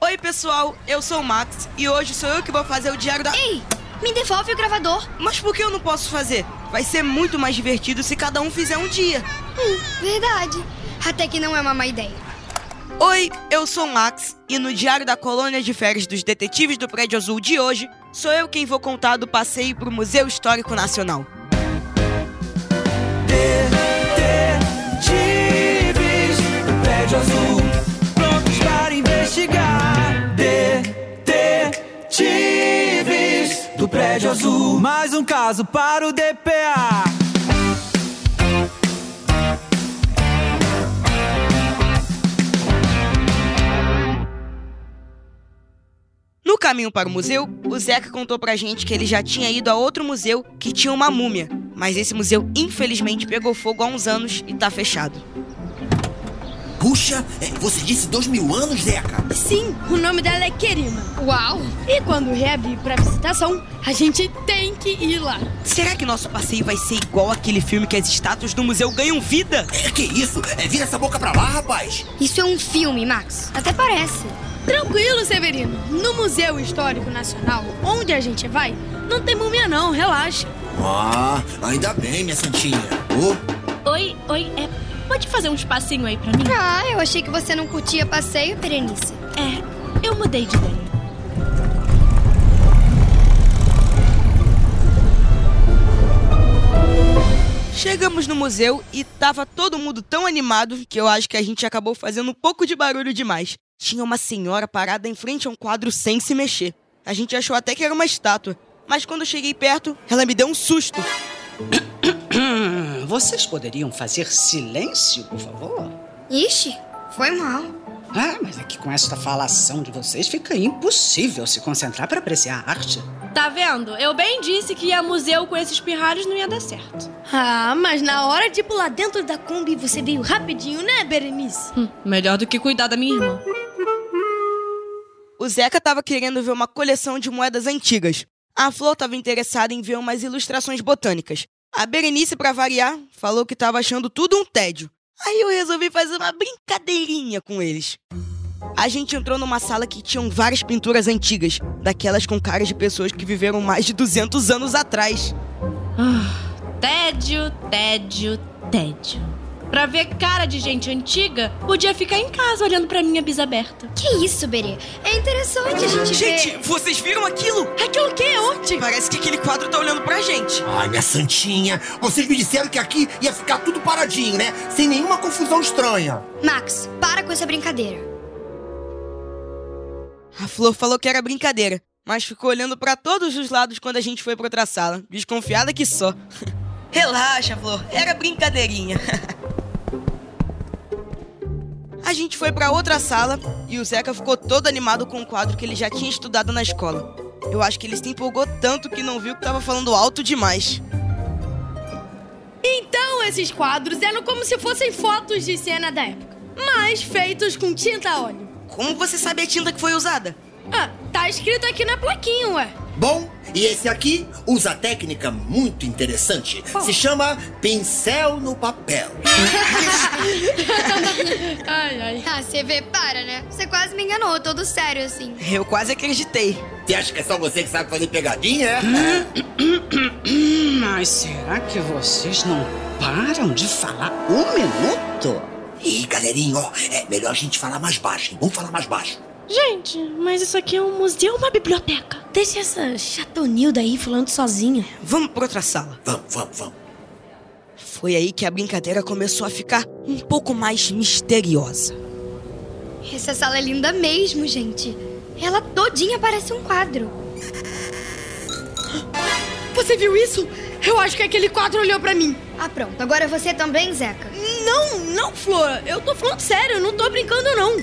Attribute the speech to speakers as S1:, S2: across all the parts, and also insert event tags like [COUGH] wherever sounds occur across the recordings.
S1: Oi, pessoal, eu sou o Max e hoje sou eu que vou fazer o diário da.
S2: Ei, me devolve o gravador.
S1: Mas por que eu não posso fazer? Vai ser muito mais divertido se cada um fizer um dia.
S2: Hum, verdade. Até que não é uma má ideia.
S1: Oi, eu sou o Max e no diário da colônia de férias dos detetives do Prédio Azul de hoje, sou eu quem vou contar do passeio pro Museu Histórico Nacional.
S3: Detetives do Prédio Azul, prontos para investigar. Detetives do Prédio Azul, mais um caso para o DPA.
S1: No caminho para o museu, o Zeca contou pra gente que ele já tinha ido a outro museu que tinha uma múmia, mas esse museu infelizmente pegou fogo há uns anos e tá fechado.
S4: Puxa, é, você disse dois mil anos, Zeca?
S5: Sim, o nome dela é Kerima.
S2: Uau!
S5: E quando reabrir para visitação, a gente tem que ir lá.
S1: Será que nosso passeio vai ser igual aquele filme que as estátuas do museu ganham vida?
S4: É, que isso? É, vira essa boca pra lá, rapaz.
S2: Isso é um filme, Max. Até parece.
S5: Tranquilo, Severino. No Museu Histórico Nacional, onde a gente vai, não tem múmia não, relaxa.
S4: Ah, ainda bem, minha santinha. Ô,
S6: Oi, oi, é, pode fazer um espacinho aí pra mim?
S2: Ah, eu achei que você não curtia passeio, Berenice.
S6: É, eu mudei de ideia.
S1: Chegamos no museu e tava todo mundo tão animado que eu acho que a gente acabou fazendo um pouco de barulho demais. Tinha uma senhora parada em frente a um quadro sem se mexer. A gente achou até que era uma estátua, mas quando eu cheguei perto, ela me deu um susto.
S7: Hum, Vocês poderiam fazer silêncio, por favor?
S2: Ixi, foi mal.
S7: Ah, mas aqui com esta falação de vocês fica impossível se concentrar para apreciar a arte.
S6: Tá vendo? Eu bem disse que ir a museu com esses pirralhos não ia dar certo.
S5: Ah, mas na hora de pular dentro da Kombi, você veio rapidinho, né, Berenice?
S6: Hum, melhor do que cuidar da minha irmã.
S1: O Zeca tava querendo ver uma coleção de moedas antigas. A Flor tava interessada em ver umas ilustrações botânicas. A Berenice, pra variar, falou que tava achando tudo um tédio. Aí eu resolvi fazer uma brincadeirinha com eles. A gente entrou numa sala que tinham várias pinturas antigas, daquelas com caras de pessoas que viveram mais de 200 anos atrás.
S6: Tédio, tédio, tédio. Pra ver cara de gente antiga, podia ficar em casa olhando pra minha bisaberta.
S2: Que isso, Berê? É interessante a gente, ver.
S1: vocês viram aquilo?
S5: Aquilo que é onde?
S1: Parece que aquele quadro tá olhando pra gente.
S4: ai, minha santinha. Vocês me disseram que aqui ia ficar tudo paradinho, né? Sem nenhuma confusão estranha.
S2: Max, para com essa brincadeira.
S1: A Flor falou que era brincadeira, mas ficou olhando pra todos os lados quando a gente foi pra outra sala, desconfiada que só. [LAUGHS] Relaxa, Flor, era brincadeirinha. [LAUGHS] a gente foi pra outra sala e o Zeca ficou todo animado com o quadro que ele já tinha estudado na escola. Eu acho que ele se empolgou tanto que não viu que tava falando alto demais.
S5: Então, esses quadros eram como se fossem fotos de cena da época, mas feitos com tinta a óleo.
S1: Como você sabe a tinta que foi usada?
S5: Ah, tá escrito aqui na plaquinha, ué.
S4: Bom, e esse aqui usa a técnica muito interessante. Se chama pincel no papel.
S5: Ai, ai.
S2: Ah, você vê, para, né? Você quase me enganou, todo sério assim.
S1: Eu quase acreditei.
S4: Você acha que é só você que sabe fazer pegadinha, é?
S7: Hum, Mas será que vocês não param de falar um minuto?
S4: Ih, galerinho, ó, é melhor a gente falar mais baixo, hein? Vamos falar mais baixo.
S6: Gente, mas isso aqui é um museu ou uma biblioteca?
S5: Deixa essa chatonilda aí falando sozinha.
S1: Vamos pra outra sala.
S4: Vamos, vamos, vamos.
S1: Foi aí que a brincadeira começou a ficar um pouco mais misteriosa.
S2: Essa sala é linda mesmo, gente. Ela todinha parece um quadro.
S5: Você viu isso? Eu acho que aquele quadro olhou pra mim.
S2: Ah, pronto. Agora você também, Zeca.
S5: Não, não, Flora. Eu tô falando sério, eu não tô brincando, não.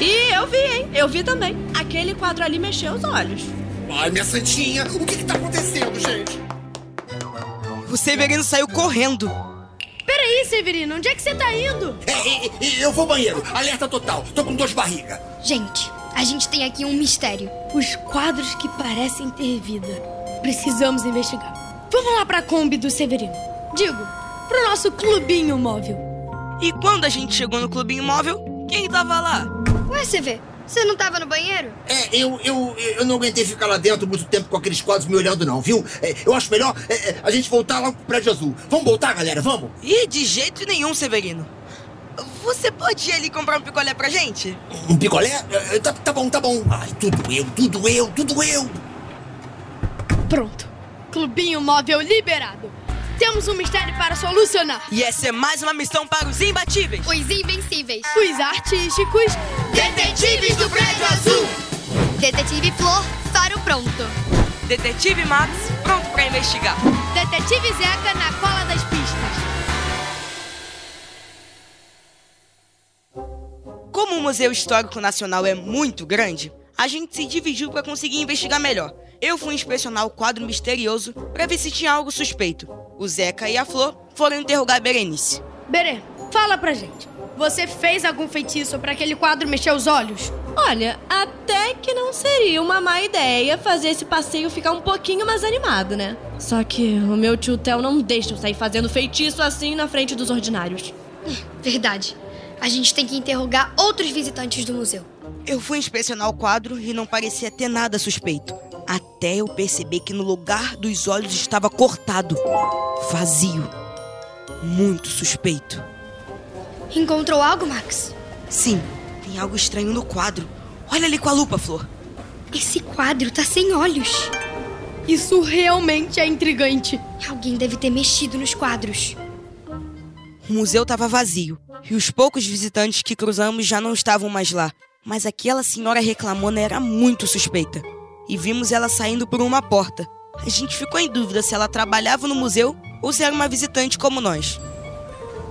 S6: E eu vi, hein? Eu vi também. Aquele quadro ali mexeu os olhos.
S4: Ai, minha santinha, o que que tá acontecendo, gente?
S1: O Severino saiu correndo.
S5: Peraí, Severino, onde é que você tá indo?
S4: É, é, é, eu vou ao banheiro. Alerta total. Tô com duas barrigas.
S2: Gente, a gente tem aqui um mistério.
S5: Os quadros que parecem ter vida. Precisamos investigar. Vamos lá pra Kombi do Severino. Digo, pro nosso clubinho móvel.
S1: E quando a gente chegou no clubinho móvel, quem tava lá?
S2: Ué, você vê. Você não tava no banheiro?
S4: É, eu, eu, eu não aguentei ficar lá dentro muito tempo com aqueles quadros me olhando, não, viu? É, eu acho melhor é, é, a gente voltar lá pro prédio azul. Vamos voltar, galera, vamos?
S1: Ih, de jeito nenhum, Severino. Você pode ir ali comprar um picolé pra gente?
S4: Um picolé? É, é, Tá, tá bom, tá bom. Ai, tudo eu, tudo eu, tudo eu.
S5: Pronto. Clubinho móvel liberado. Temos um mistério para solucionar.
S1: E essa é mais uma missão para os imbatíveis.
S2: Os invencíveis.
S5: Os artísticos.
S2: Detetives do Prédio Azul. Detetive Flor, faro pronto.
S1: Detetive Max, pronto pra investigar.
S5: Detetive Zeca na cola das pistas.
S1: Como o Museu Histórico Nacional é muito grande, a gente se dividiu para conseguir investigar melhor. Eu fui inspecionar o quadro misterioso para ver se tinha algo suspeito. O Zeca e a Flor foram interrogar Berenice.
S5: Berê, fala pra gente. Você fez algum feitiço pra aquele quadro mexer os olhos?
S6: Olha, até que não seria uma má ideia fazer esse passeio ficar um pouquinho mais animado, né? Só que o meu tio Theo não deixa eu sair fazendo feitiço assim na frente dos ordinários.
S2: Verdade. A gente tem que interrogar outros visitantes do museu.
S1: Eu fui inspecionar o quadro e não parecia ter nada suspeito. Até eu perceber que no lugar dos olhos estava cortado. Vazio. Muito suspeito.
S2: Encontrou algo, Max?
S1: Sim, tem algo estranho no quadro. Olha ali com a lupa, Flor.
S2: Esse quadro tá sem olhos.
S5: Isso realmente é intrigante.
S2: Alguém deve ter mexido nos quadros.
S1: O museu estava vazio e os poucos visitantes que cruzamos já não estavam mais lá. Mas aquela senhora reclamona era muito suspeita. E vimos ela saindo por uma porta. A gente ficou em dúvida se ela trabalhava no museu ou se era uma visitante como nós.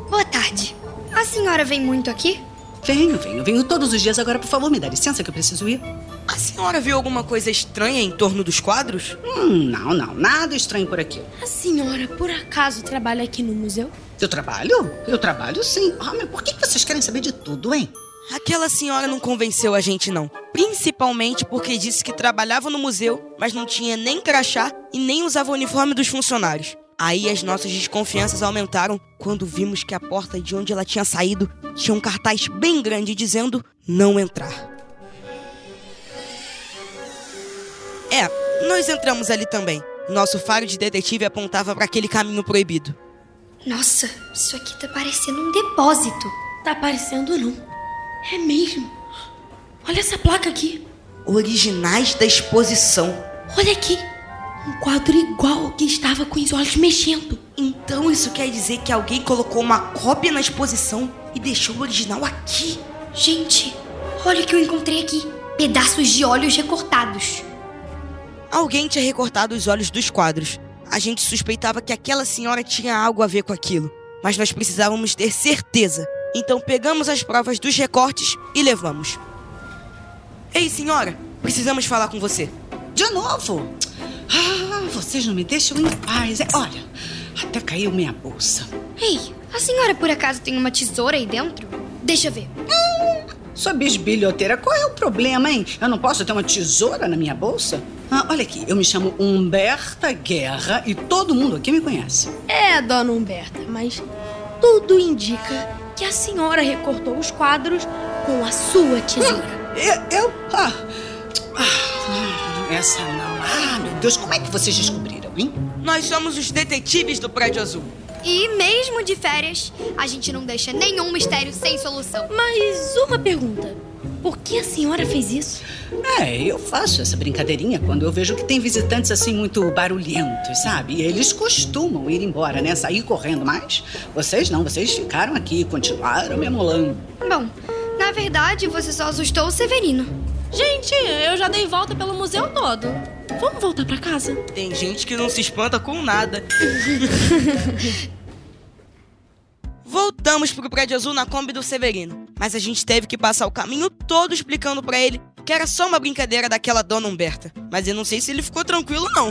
S2: Boa tarde. A senhora vem muito aqui?
S7: Venho, venho, venho todos os dias. Agora, por favor, me dá licença que eu preciso ir.
S1: A senhora viu alguma coisa estranha em torno dos quadros?
S7: Hum, não, não, nada estranho por aqui.
S5: A senhora, por acaso, trabalha aqui no museu?
S7: Eu trabalho? Eu trabalho sim. Ah, mas por que que vocês querem saber de tudo, hein?
S1: Aquela senhora não convenceu a gente, não. Principalmente porque disse que trabalhava no museu, mas não tinha nem crachá e nem usava o uniforme dos funcionários. Aí as nossas desconfianças aumentaram quando vimos que a porta de onde ela tinha saído tinha um cartaz bem grande dizendo não entrar. É, nós entramos ali também. Nosso faro de detetive apontava para aquele caminho proibido.
S2: Nossa, isso aqui tá parecendo um depósito.
S5: Tá parecendo não. É mesmo. Olha essa placa aqui.
S1: Originais da exposição.
S5: Olha aqui. Um quadro igual ao que estava com os olhos mexendo.
S1: Então isso quer dizer que alguém colocou uma cópia na exposição e deixou o original aqui?
S2: Gente, olha o que eu encontrei aqui: pedaços de olhos recortados.
S1: Alguém tinha recortado os olhos dos quadros. A gente suspeitava que aquela senhora tinha algo a ver com aquilo, mas nós precisávamos ter certeza. Então pegamos as provas dos recortes e levamos. Ei, senhora, precisamos falar com você.
S7: De novo? Ah, vocês não me deixam em paz. É, olha, até caiu minha bolsa.
S2: Ei, a senhora por acaso tem uma tesoura aí dentro? Deixa eu ver.
S7: Sua bisbilhoteira, qual é o problema, hein? Eu não posso ter uma tesoura na minha bolsa? Ah, olha aqui, eu me chamo Humberta Guerra e todo mundo aqui me conhece.
S5: É, dona Humberta, mas tudo indica que a senhora recortou os quadros com a sua tesoura.
S7: Eu. eu ah, ah, essa não. Ah, meu Deus, como é que vocês descobriram, hein?
S1: Nós somos os detetives do Prédio Azul.
S2: E mesmo de férias, a gente não deixa nenhum mistério sem solução.
S6: Hum.
S5: Mas uma pergunta: por que a senhora fez isso?
S7: É, eu faço essa brincadeirinha quando eu vejo que tem visitantes assim muito barulhentos, sabe? E eles costumam ir embora, né? Sair correndo, mas vocês não, vocês ficaram aqui, continuaram me amolando.
S2: Bom, na verdade, você só assustou o Severino.
S6: Gente, eu já dei volta pelo museu todo. Vamos voltar pra casa.
S1: Tem gente que não se espanta com nada. Voltamos pro prédio azul na Kombi do Severino, mas a gente teve que passar o caminho todo explicando pra ele que era só uma brincadeira daquela dona Humberta. Mas eu não sei se ele ficou tranquilo não.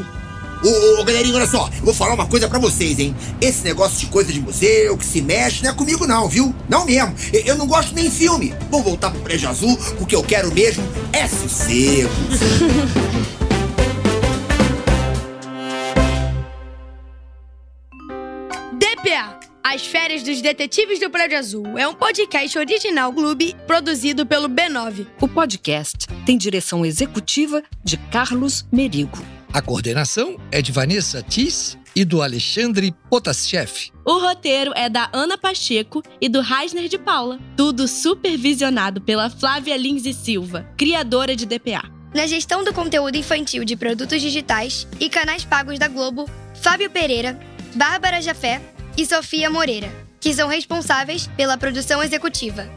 S4: Ô, ô, ô, galerinha, olha só, eu vou falar uma coisa pra vocês, hein? Esse negócio de coisa de museu, que se mexe, não é comigo não, viu? Não mesmo. Eu, eu não gosto nem filme. Vou voltar pro Prédio Azul, o que eu quero mesmo é sossego.
S5: DPA, as As Férias dos Detetives do Prédio Azul é um podcast original Clube produzido pelo B9.
S8: O podcast tem direção executiva de Carlos Merigo.
S9: A coordenação é de Vanessa Tis e do Alexandre Potashev.
S6: O roteiro é da Ana Pacheco e do Reisner de Paula. Tudo supervisionado pela Flávia Lins e Silva, criadora de DPA.
S2: Na gestão do conteúdo infantil de produtos digitais e canais pagos da Globo, Fábio Pereira, Bárbara Jafé e Sofia Moreira, que são responsáveis pela produção executiva.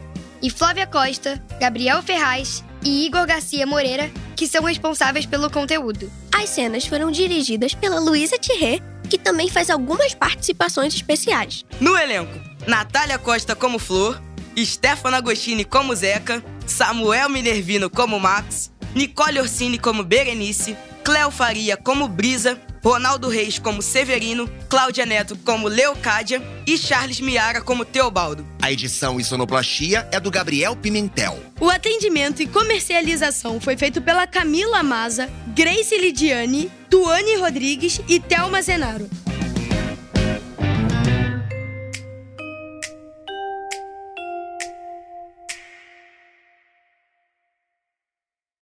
S2: E Flávia Costa, Gabriel Ferraz e Igor Garcia Moreira, que são responsáveis pelo conteúdo.
S10: As cenas foram dirigidas pela Luísa Thierry, que também faz algumas participações especiais.
S1: No elenco, Natália Costa como Flor, Stefano Agostini como Zeca, Samuel Minervino como Max, Nicole Orsini como Berenice, Cleo Faria como Brisa, Ronaldo Reis como Severino, Cláudia Neto como Leocádia e Charles Miara como Teobaldo.
S4: A edição e sonoplastia é do Gabriel Pimentel.
S5: O atendimento e comercialização foi feito pela Camila Maza, Grace Lidiane, Tuane Rodrigues e Thelma Zenaro.